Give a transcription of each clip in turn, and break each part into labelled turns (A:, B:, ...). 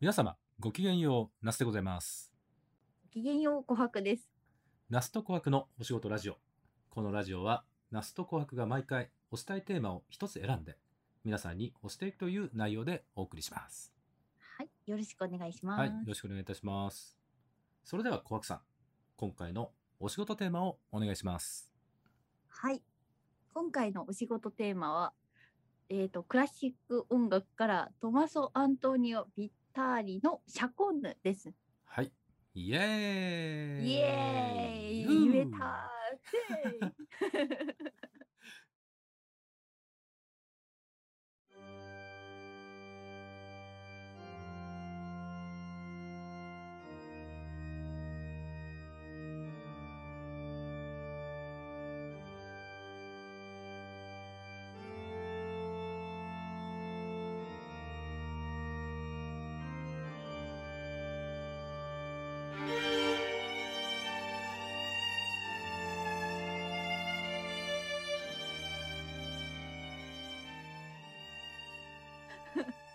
A: 皆様、ごきげんよう、ナスでございます。
B: ごきげんよう、琥珀です。
A: ナスと琥珀のお仕事ラジオ。このラジオは、ナスと琥珀が毎回推したいテーマを一つ選んで、皆さんに推していくという内容でお送りします。
B: はい、よろしくお願いしま
A: はい、
B: す。
A: よろしくお願いいたします。それでは琥珀さん、今回のお仕事テーマをお願いします。
B: はい、今回のお仕事テーマは、えっ、と、クラシック音楽からトマソ・アントニオ・ビッターリのシャコンヌです。
A: はい、イエーイ
B: イエーイ、
A: うー
B: 言えたーせー い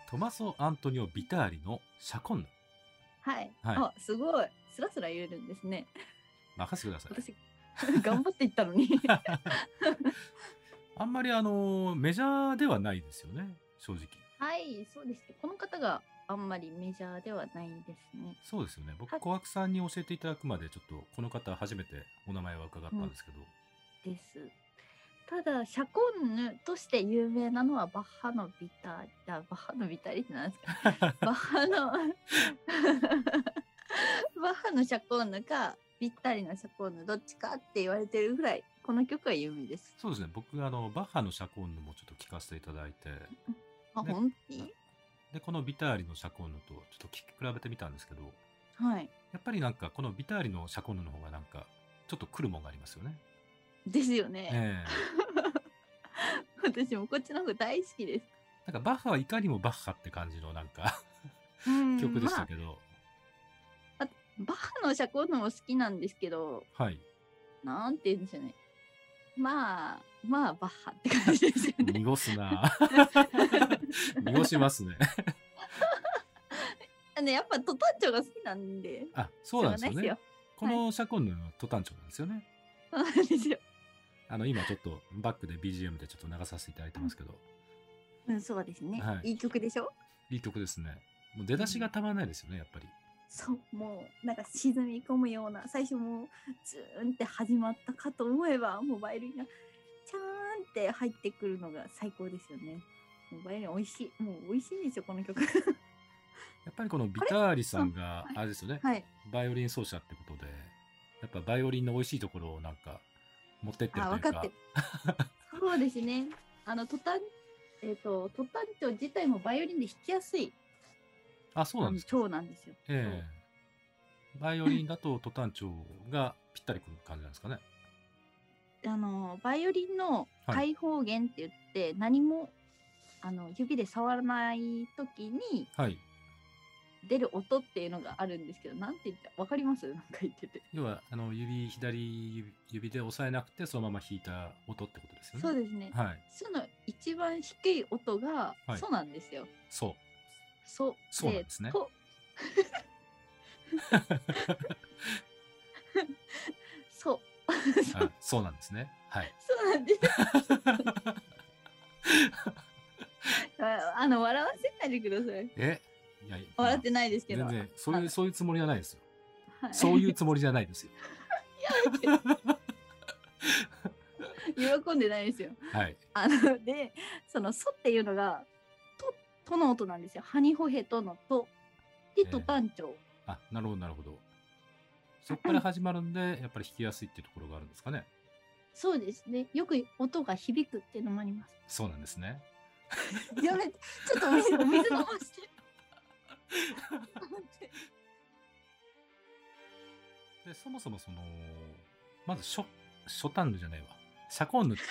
A: トマソ・アントニオ・ビターリのシャコンヌ。
B: はい、
A: はい
B: あ、すごい。スラスラ言えるんですね。
A: 任せてください。
B: 私、 頑張っていっ たのに。
A: あんまりあのメジャーではないですよね、正直。
B: はい、そうですね。この方があんまりメジャーではないですね。
A: そうですよね。僕、
B: は
A: 小悪さんに教えていただくまで、ちょっとこの方初めてお名前は伺ったんですけど、
B: です。ただシャコンヌとして有名なのはバッハのビタリあバッハのビタリってなんで すかバッハの バッハのシャコンヌかビッタリのシャコンヌどっちかって言われてるぐらいこの曲は有名です。
A: そうですね。僕があのバッハのシャコンヌもちょっと聞かせていただいて、
B: あ
A: ね
B: 本当に
A: でこのビターリのシャコンヌとちょっと聞き比べてみたんですけど、
B: はい
A: やっぱりなんかこのビターリのシャコンヌの方がなんかちょっと来るもんがありますよね。
B: ですよね。
A: ええ
B: 私もこっちの方大好きです。
A: なんかバッハはいかにもバッハって感じのなんか
B: うん
A: 曲でした
B: まあ
A: けど、
B: バッハのシャコンヌも好きなんですけど
A: はい。
B: なんて言うんでしょうね。まあまあバッハって感じですよね。
A: 濁すな 濁しますね。
B: あのやっぱトトンチョが好きなんで。
A: あ、そうなんですよ
B: しょ
A: ね。このシャコンヌのトタンチョなんですよね。
B: うがないですよ。そうなんですよ。
A: あの今ちょっとバックで BGM でちょっと流させていただいてますけど、
B: うん、そうですね。
A: はい
B: い、い曲でしょ
A: いい曲ですね。もう出だしがたまらないですよね、やっぱり。
B: そう、もうなんか沈み込むような、最初もうズーンって始まったかと思えば、モバイルがチャーンって入ってくるのが最高ですよね。モバイル美味しい。もう美味しいんですよ、この曲。
A: やっぱりこのビターリさんが
B: あれ
A: あれですよね、
B: はい。
A: バイオリン奏者ってことで、やっぱバイオリンの美味しいところをなんか持ってってる
B: あ、
A: とい
B: 分
A: う
B: か
A: か、
B: ってる。そうですね。あの、トタン、えっ、と、トタンチョ自体もバイオリンで弾きやすい
A: あ、そうなんですか。
B: 長なんですよ。
A: ええバイオリンだとトタンチョがぴったりくる感じなんですかね。
B: あのバイオリンの
A: はい
B: 開放弦って言って、何もあの指で触らない時に
A: はい。
B: 出る音っていうのがあるんですけどなんて言ったわかりますなんか言ってて、
A: 要は、あの、指、左指指で押さえなくて、そのまま弾いた音ってことですよね。
B: そうですね
A: はい。
B: その一番低い音が、
A: はい
B: ソなんですよ
A: そう。
B: ソ
A: そうなんですね
B: と そう
A: あそうなんですね。はい。
B: そうなんです ああの笑わせないでください
A: えいやいや
B: 笑ってないですけど
A: 全然そう
B: あ
A: いう
B: の
A: そういうつもりじゃないですよ
B: はい
A: そういうつもりじゃないですよ
B: 喜んでないですよ。
A: はい
B: あのでその「ソ」っていうのが「と」との音なんですよ。ハニホヘとの「と」で
A: え
B: 「
A: え
B: と単調」
A: あなるほどなるほどそこから始まるんでやっぱり弾きやすいっていうところがあるんですかね
B: そうですね。よく音が響くっていうのもあります。
A: そうなんですね
B: やめてちょっとお水お水飲まして。
A: でそもそもそのまずショショタンヌじゃないわシャコンヌって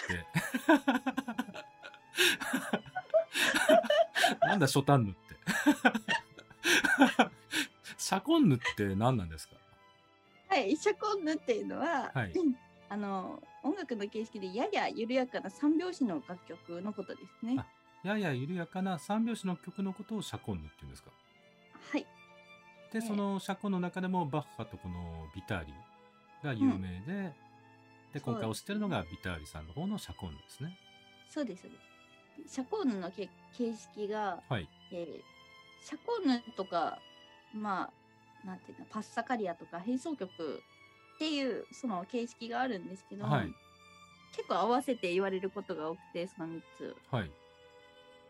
A: なんだショタンヌってシャコンヌって何なんですか
B: はい、シャコンヌっていうのは、
A: はい
B: あの音楽の形式でやや緩やかな三拍子の楽曲のことですね。
A: あやや緩やかな三拍子の曲のことをシャコンヌって言うんですか
B: はい、
A: で、
B: ええ
A: その社交の中でもバッハとこのビターリが有名で、で、今回推してるのがビターリさんの方の社交のですね。
B: そうです、そうです。シャコーヌのけ形式が、
A: はい。
B: えーシャコーヌとか、まあ、なんていうの、パッサカリアとか、変奏曲っていう、その形式があるんですけど、
A: はい
B: 結構合わせて言われることが多くて、その3つ。
A: はい。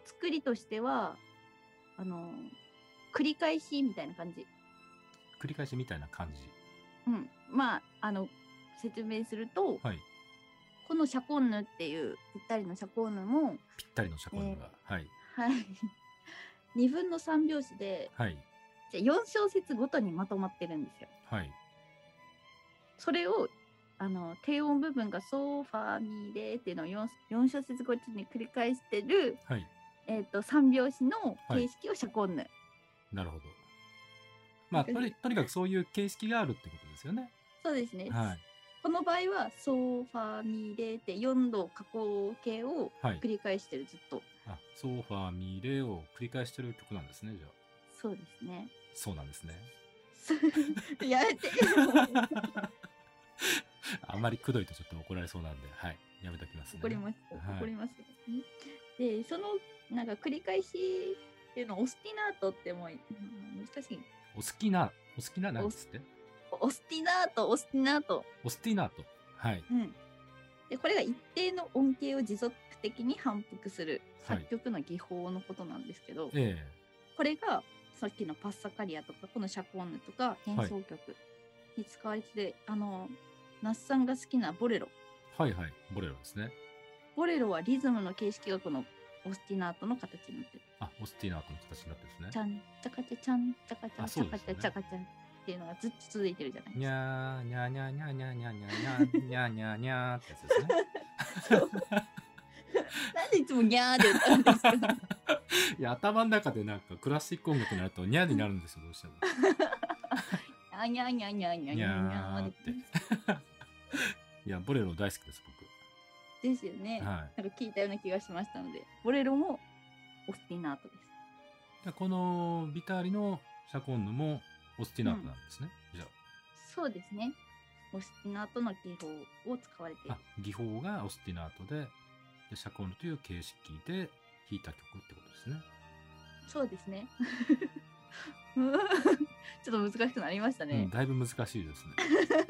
B: 作りとしては、あの、繰り返しみたいな感じ。
A: 繰り返しみたいな感じ。
B: うん。まあ、あの、説明すると、
A: はい。
B: このシャコーヌっていう、ぴったりのシャコーヌも、
A: ぴったりの社交のが、はい。
B: はい。2分の3拍子で、
A: はい。
B: じゃあ4小節ごとにまとまってるんですよ。
A: はい。
B: それをあの低音部分がソーファーミーレっていうのを 4, 4小節ごとに繰り返してる、
A: はい。
B: えっと3拍子の
A: はい
B: 形式をシャコンヌ。
A: なるほど。まあ、とり、とにかくそういう形式があるってことですよね。
B: そうですね、
A: はい。
B: この場合はソーファーミーレって4度加工形を
A: はい
B: 繰。り返してるずっと。
A: あ、ソーファーミレを繰り返してる曲なんですね、じゃあ。
B: そうですね。
A: そうなんですね。
B: そうやめて
A: あんまりくどいとちょっと怒られそうなんで、はい。やめときますね。
B: 怒ります、
A: はい
B: 怒ります、でそのなんか繰り返しっていうのをオスティナートってもううん難しい
A: お好きな、お好きな、なんですって
B: オスティナート、オスティナート。
A: オスティナート。はい。
B: で、これが一定の音形を持続的に反復する
A: はい
B: 作曲の技法のことなんですけど、
A: え
B: これがさっきのパッサカリアとか、このシャコンヌとか、演奏曲に使われてて、あの、那須さんが好きなボレロ。
A: えはいはい。ボレロですね。
B: ボレロはリズムの形式がこのオスティナートの形になってる。
A: あ、オスティナートの形になってるんです
B: チ
A: ね。
B: ャン、チャカチャ、チャン、チャカチャ、
A: あ
B: チ
A: そうで
B: ャカ
A: す
B: チ
A: ね
B: ャ、チャカチャっていうのがずっと続いてるじゃないです
A: に
B: か。
A: ゃーにゃーにゃーにゃーにゃーにゃーにゃーにゃーにゃーにゃーにゃーってやつですね。
B: なんでいつもギャーって歌うんですか
A: いや、頭の中でなんかクラシック音楽になるとニャーになるんですよ、どうしても。
B: あにゃーにゃーにゃーにゃー
A: に
B: にゃ
A: ゃ
B: ーにゃ
A: ー
B: ー
A: っ
B: って
A: て。いや、ボレロ大好きです、
B: ですよね。
A: 僕。はい。
B: なんか聞いたような気がしましたので、ボレロもオスティナートです。
A: でこのビターリのシャコンヌもオスティナートなんですね。じゃ
B: そうですね。オスティナートの技法を使われてい
A: あ
B: る
A: あ。技法がオスティナートででシャコンヌという形式で弾いた曲ってことですね。
B: そうですね。 うんちょっと難しくなりました
A: うん、
B: ね。
A: だいぶ難しいですね。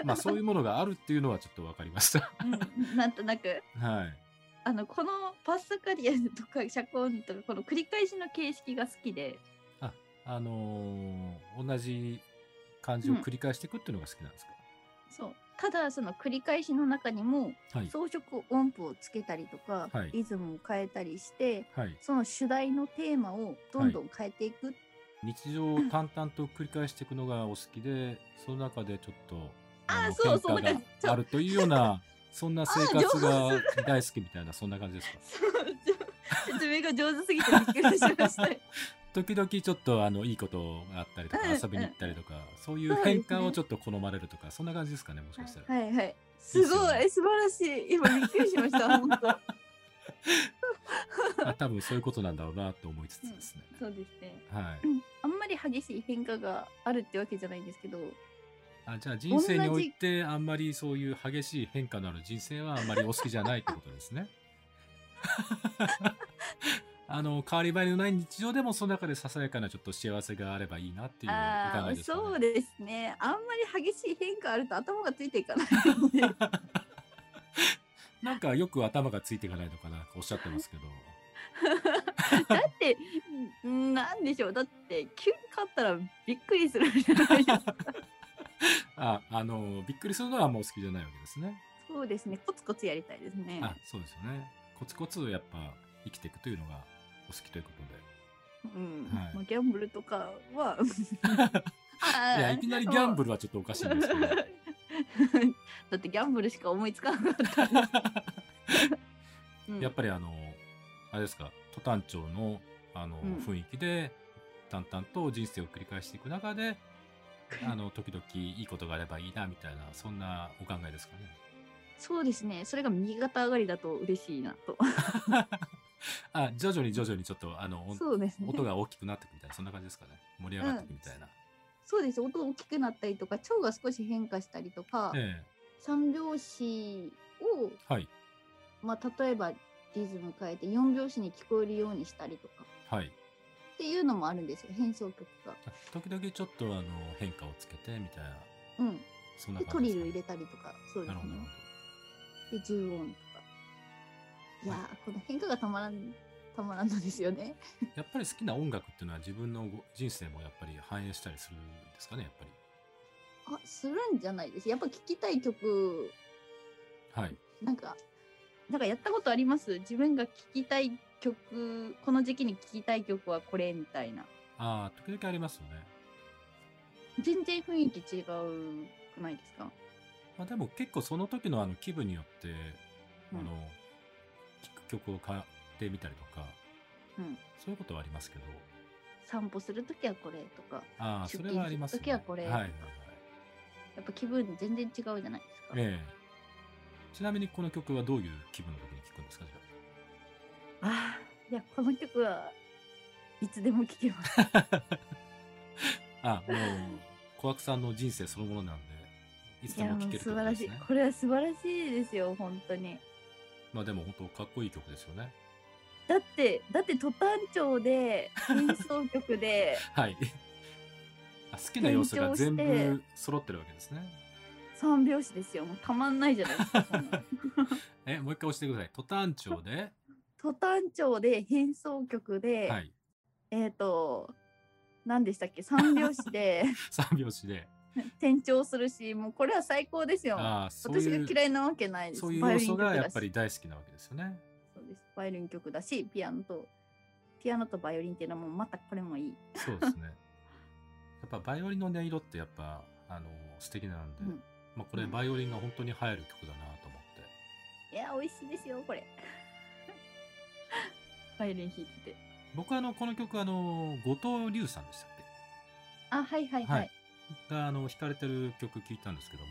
A: まあそういうものがあるっていうのはちょっと分かりました。
B: うんなんとなく、
A: はい。
B: あの、このパスカリアとかシャコーンとか、この繰り返しの形式が好きで、
A: あのー同じ感じを繰り返していくっていうのが好きなんですか、
B: そう。ただ、その繰り返しの中にも、
A: はい。
B: 装飾音符をつけたりとか、
A: はい
B: リズムを変えたりして、
A: はい。
B: その主題のテーマをどんどん変えていくっ
A: 日常を淡々と繰り返していくのがお好きで、その中でちょっと、
B: あー
A: の
B: そうそんな
A: 変
B: 感
A: 化
B: じ
A: があるというような、そんな生活
B: あー
A: が大好きみたいな、そんな感じですか。
B: そうちょ説明が上手すぎてびっくりし ました。
A: 時々ちょっと、あの、いいことがあったりとか、
B: うん
A: 遊びに行ったりとか、そうい
B: そう
A: う
B: ですね
A: 変換をちょっと好まれるとか、そんな感じですかね、もしかしたら。
B: はいはい。すごい素晴らしい。今びっくりしました。 本当。
A: あ多分そういうことなんだろうなと思いつつですね。
B: そうですね。
A: はい。
B: あんまり激しい変化があるってわけじゃないんですけど、
A: あじゃあ人生においてあんまりそういう激しい変化のある人生はあんまりお好きじゃないってこと ですね。あの変わり映えのない日常でもその中でささやかなちょっと幸せがあればいいなっていうお
B: あ
A: 考
B: あ
A: えですかね。
B: そうですね。あんまり激しい変化あると頭がついていかない ので、
A: なんかよく頭がついていかないのかななんかおっしゃってますけど。
B: だってうんなんでしょう。だって急に勝ったらびっくりするじゃないで すか。
A: ああのびっくりするのはもう好きじゃないわけですね。
B: そうですね。コツコツやりたいですね。
A: あそうですよね。コツコツやっぱ生きていくというのがお好きということで。
B: うん。
A: はい
B: まあギャンブルとか は。
A: いやいきなりギャン
B: ル
A: ブルはちょっとおかしいんですけど。
B: だってギャンブルしか思いつかなかった。うん
A: やっぱりあの、あれですか、都丹町の、あの、
B: うん
A: 雰囲気で、淡々と人生を繰り返していく中 で、あの、時々いいことがあればいいな、みたいな、そんなお考えですかね。
B: そうですね。それが右肩上がりだと嬉しいなと。
A: あ、徐々に徐々にちょっと、あの、お
B: そうですね。
A: 音が大きくなっていくみたいな、そんな感じですかね。盛り上がっていくみたいな。
B: そうです音大きくなったりとか腸が少し変化したりとか、
A: え
B: 三拍子を、
A: えはい。
B: まあ、例えばリズム変えて四拍子に聞こえるようにしたりとか
A: はい。
B: っていうのもあるんですよ変奏曲が。
A: あ時々ちょっとあの変化をつけてみたいな、
B: うん、
A: そんな
B: でト
A: 感じで
B: リ
A: す
B: ル
A: かね
B: 入れたりとかそうで
A: なるほ
B: す
A: ど、なる
B: ね
A: ほ。
B: で重音とか。いや
A: は
B: ーこの変化がたまらんたまらんのですよね。
A: ど。やっぱり好きな音楽っていうのは自分のご人生もやっぱり反映したりするんですかね、やっ
B: あするんじゃないですやっぱ聴きたい曲
A: ぱり。はい。
B: なんかなんかやったことあります自分が聴きたい曲この時期に聴きたい曲はこれみたいな
A: ああ、時々ありますよね。
B: 全然雰囲気違うくないですか
A: まあでも結構その時のあの気分によって、
B: うん
A: あの、聴く曲を変えてみたりとか、
B: うん
A: そういうことはありますけど、
B: 散歩する時はこれとか
A: ああ、
B: 出
A: そ
B: 勤
A: れはあります
B: する時はこれ
A: はいはいはい。
B: やっぱ気分全然違うじゃないですか、
A: ええちなみにこの曲はどういう気分の時に聴くんですか、じゃあ。
B: ああいやこの曲はいつでも聴けます
A: あ、もう、小悪さんの人生そのものなんで、 いつ
B: い
A: で
B: や
A: も
B: も
A: 聴
B: う
A: ける
B: 素
A: 曲
B: 晴ら
A: で
B: し
A: す
B: い
A: ね。
B: これは素晴らしいですよ本当に
A: まあでも本当かっこいい曲ですよね。
B: だってだって途端 調で演奏曲で
A: はい。あ好きな要素が全
B: 転調
A: 部揃ってるわけですね。
B: 三拍子ですよもうたまんないじゃないですか そんな
A: え、もう一回押してください。トタン調で、
B: 途端調で変奏曲で、
A: はい。
B: えっ、と何でしたっけ三拍子 で
A: 三拍子で。
B: 転調するしもうこれは最高ですよ
A: ああ、そう
B: 私が
A: いう、
B: 嫌いなわけないです
A: そういう
B: バイオ
A: 要
B: リン
A: 素
B: 曲だ
A: が
B: し
A: やっぱり大好きなわけですよね。
B: そうですバイオリン曲だしピアノとピアノとバイオリンっていうのはもうまたこれもいい
A: そうですね。やっぱバイオリンの音色ってやっぱ、あの、素敵なんで、
B: うん
A: まあこれ
B: うん
A: バイオリンが本当に入る曲だなと思って。
B: いや美味しいですよこれ バイオリン弾いてて
A: 僕はあの、この曲あの、後藤龍さんでしたっけ
B: あはいはいはい、
A: はいがあの弾かれてる曲聞いたんですけども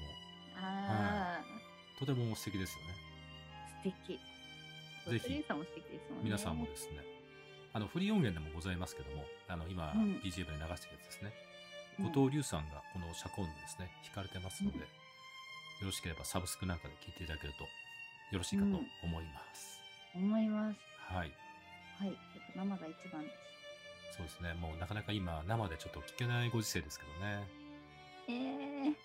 B: ああ、
A: とても素敵ですよね
B: 素
A: ぜ
B: 敵
A: ひ
B: お父さんも素敵ですもんね
A: 皆さんもですねあのフリー音源でもございますけどもあの今、
B: うん
A: BGM で流してるやつですね
B: うん
A: 後藤龍さんがこの社交音でですね弾かれてますので、
B: うん
A: よろしければサブスクなんかで聴いていただけるとよろしいかと思います、
B: 思います
A: はい
B: はいやっぱ生が一番です
A: そうですねもうなかなか今生でちょっと聴けないご時世ですけどね
B: えー、なん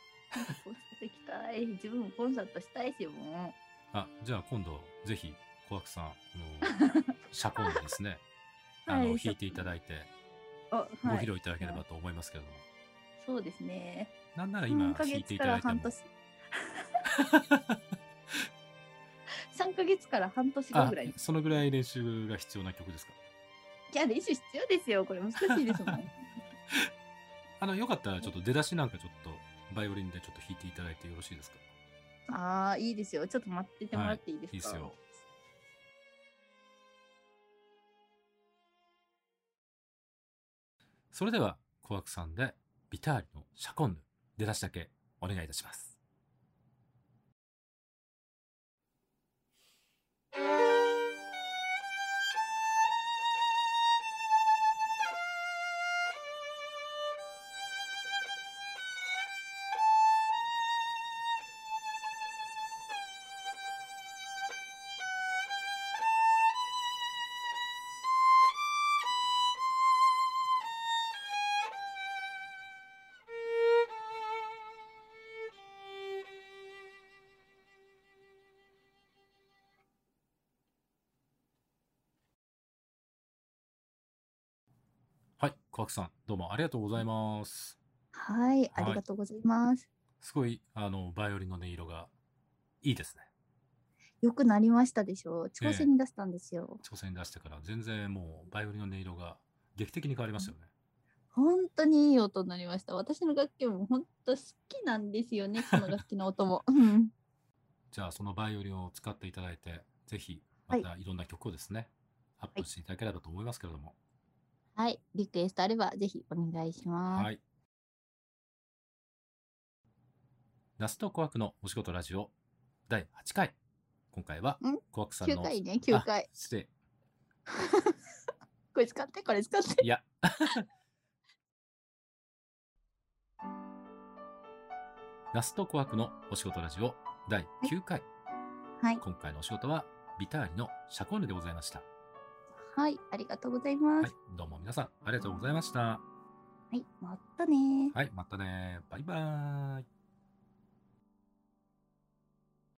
B: かコンサート行きたい自分もコンサートしたいしも
A: あじゃあ今度ぜひ小悪さんこの 社交音でですねあの、
B: はい
A: 弾いていただいて
B: うあ
A: ご
B: は
A: 披
B: い
A: 露いただければと思いますけれども、
B: そうですね
A: なんなら今
B: 3ヶ
A: 弾いて
B: 月
A: い
B: か
A: ただ
B: ら
A: いて
B: 半
A: も
B: 年 3ヶ月から半年後
A: あ
B: ぐらいに
A: そのぐらい練習が必要な曲ですか
B: いや練習必要ですよこれ難しいですも ん
A: あのよかったらちょっと出だしなんかちょっとバイオリンでちょっと弾いていただいてよろしいですか
B: ああいいですよちょっと待っててもらっていいですか、
A: いいですよそれでは小悪さんでビターリのシャコンヌ出だしだけお願いいたしますはい小悪さんどうもありがとうございます
B: はいありがとうございます、
A: すごいあのバイオリンの音色がいいですね
B: よくなりましたでしょう調子に出したんですよ、
A: 挑戦出してから全然もうバイオリンの音色が劇的に変わりましたよね、
B: 本当にいい音になりました私の楽器も本当好きなんですよ ねこの楽器の音もうん
A: じゃあそのバイオリンを使っていただいて、ぜひま
B: はい
A: たいろんな曲をですね、アップしていただければと思いますけれども。
B: はいリクエストあればぜひお願いします、
A: はい。ナスと小悪のお仕事ラジオ第8回。今回は
B: ん
A: 小悪さん
B: 9
A: の。
B: 回ね9回
A: あ失礼。
B: これ使ってこれ使って
A: いや。ナスと琥珀のお仕事ラジオ第9回、
B: はい。
A: 今回のお仕事はビターリのシャコンヌでございました。
B: はい。ありがとうございま
A: はい
B: す。、
A: どうも皆さんありがとうございました。
B: はい。またねー。
A: はい、またね。バイバーイ。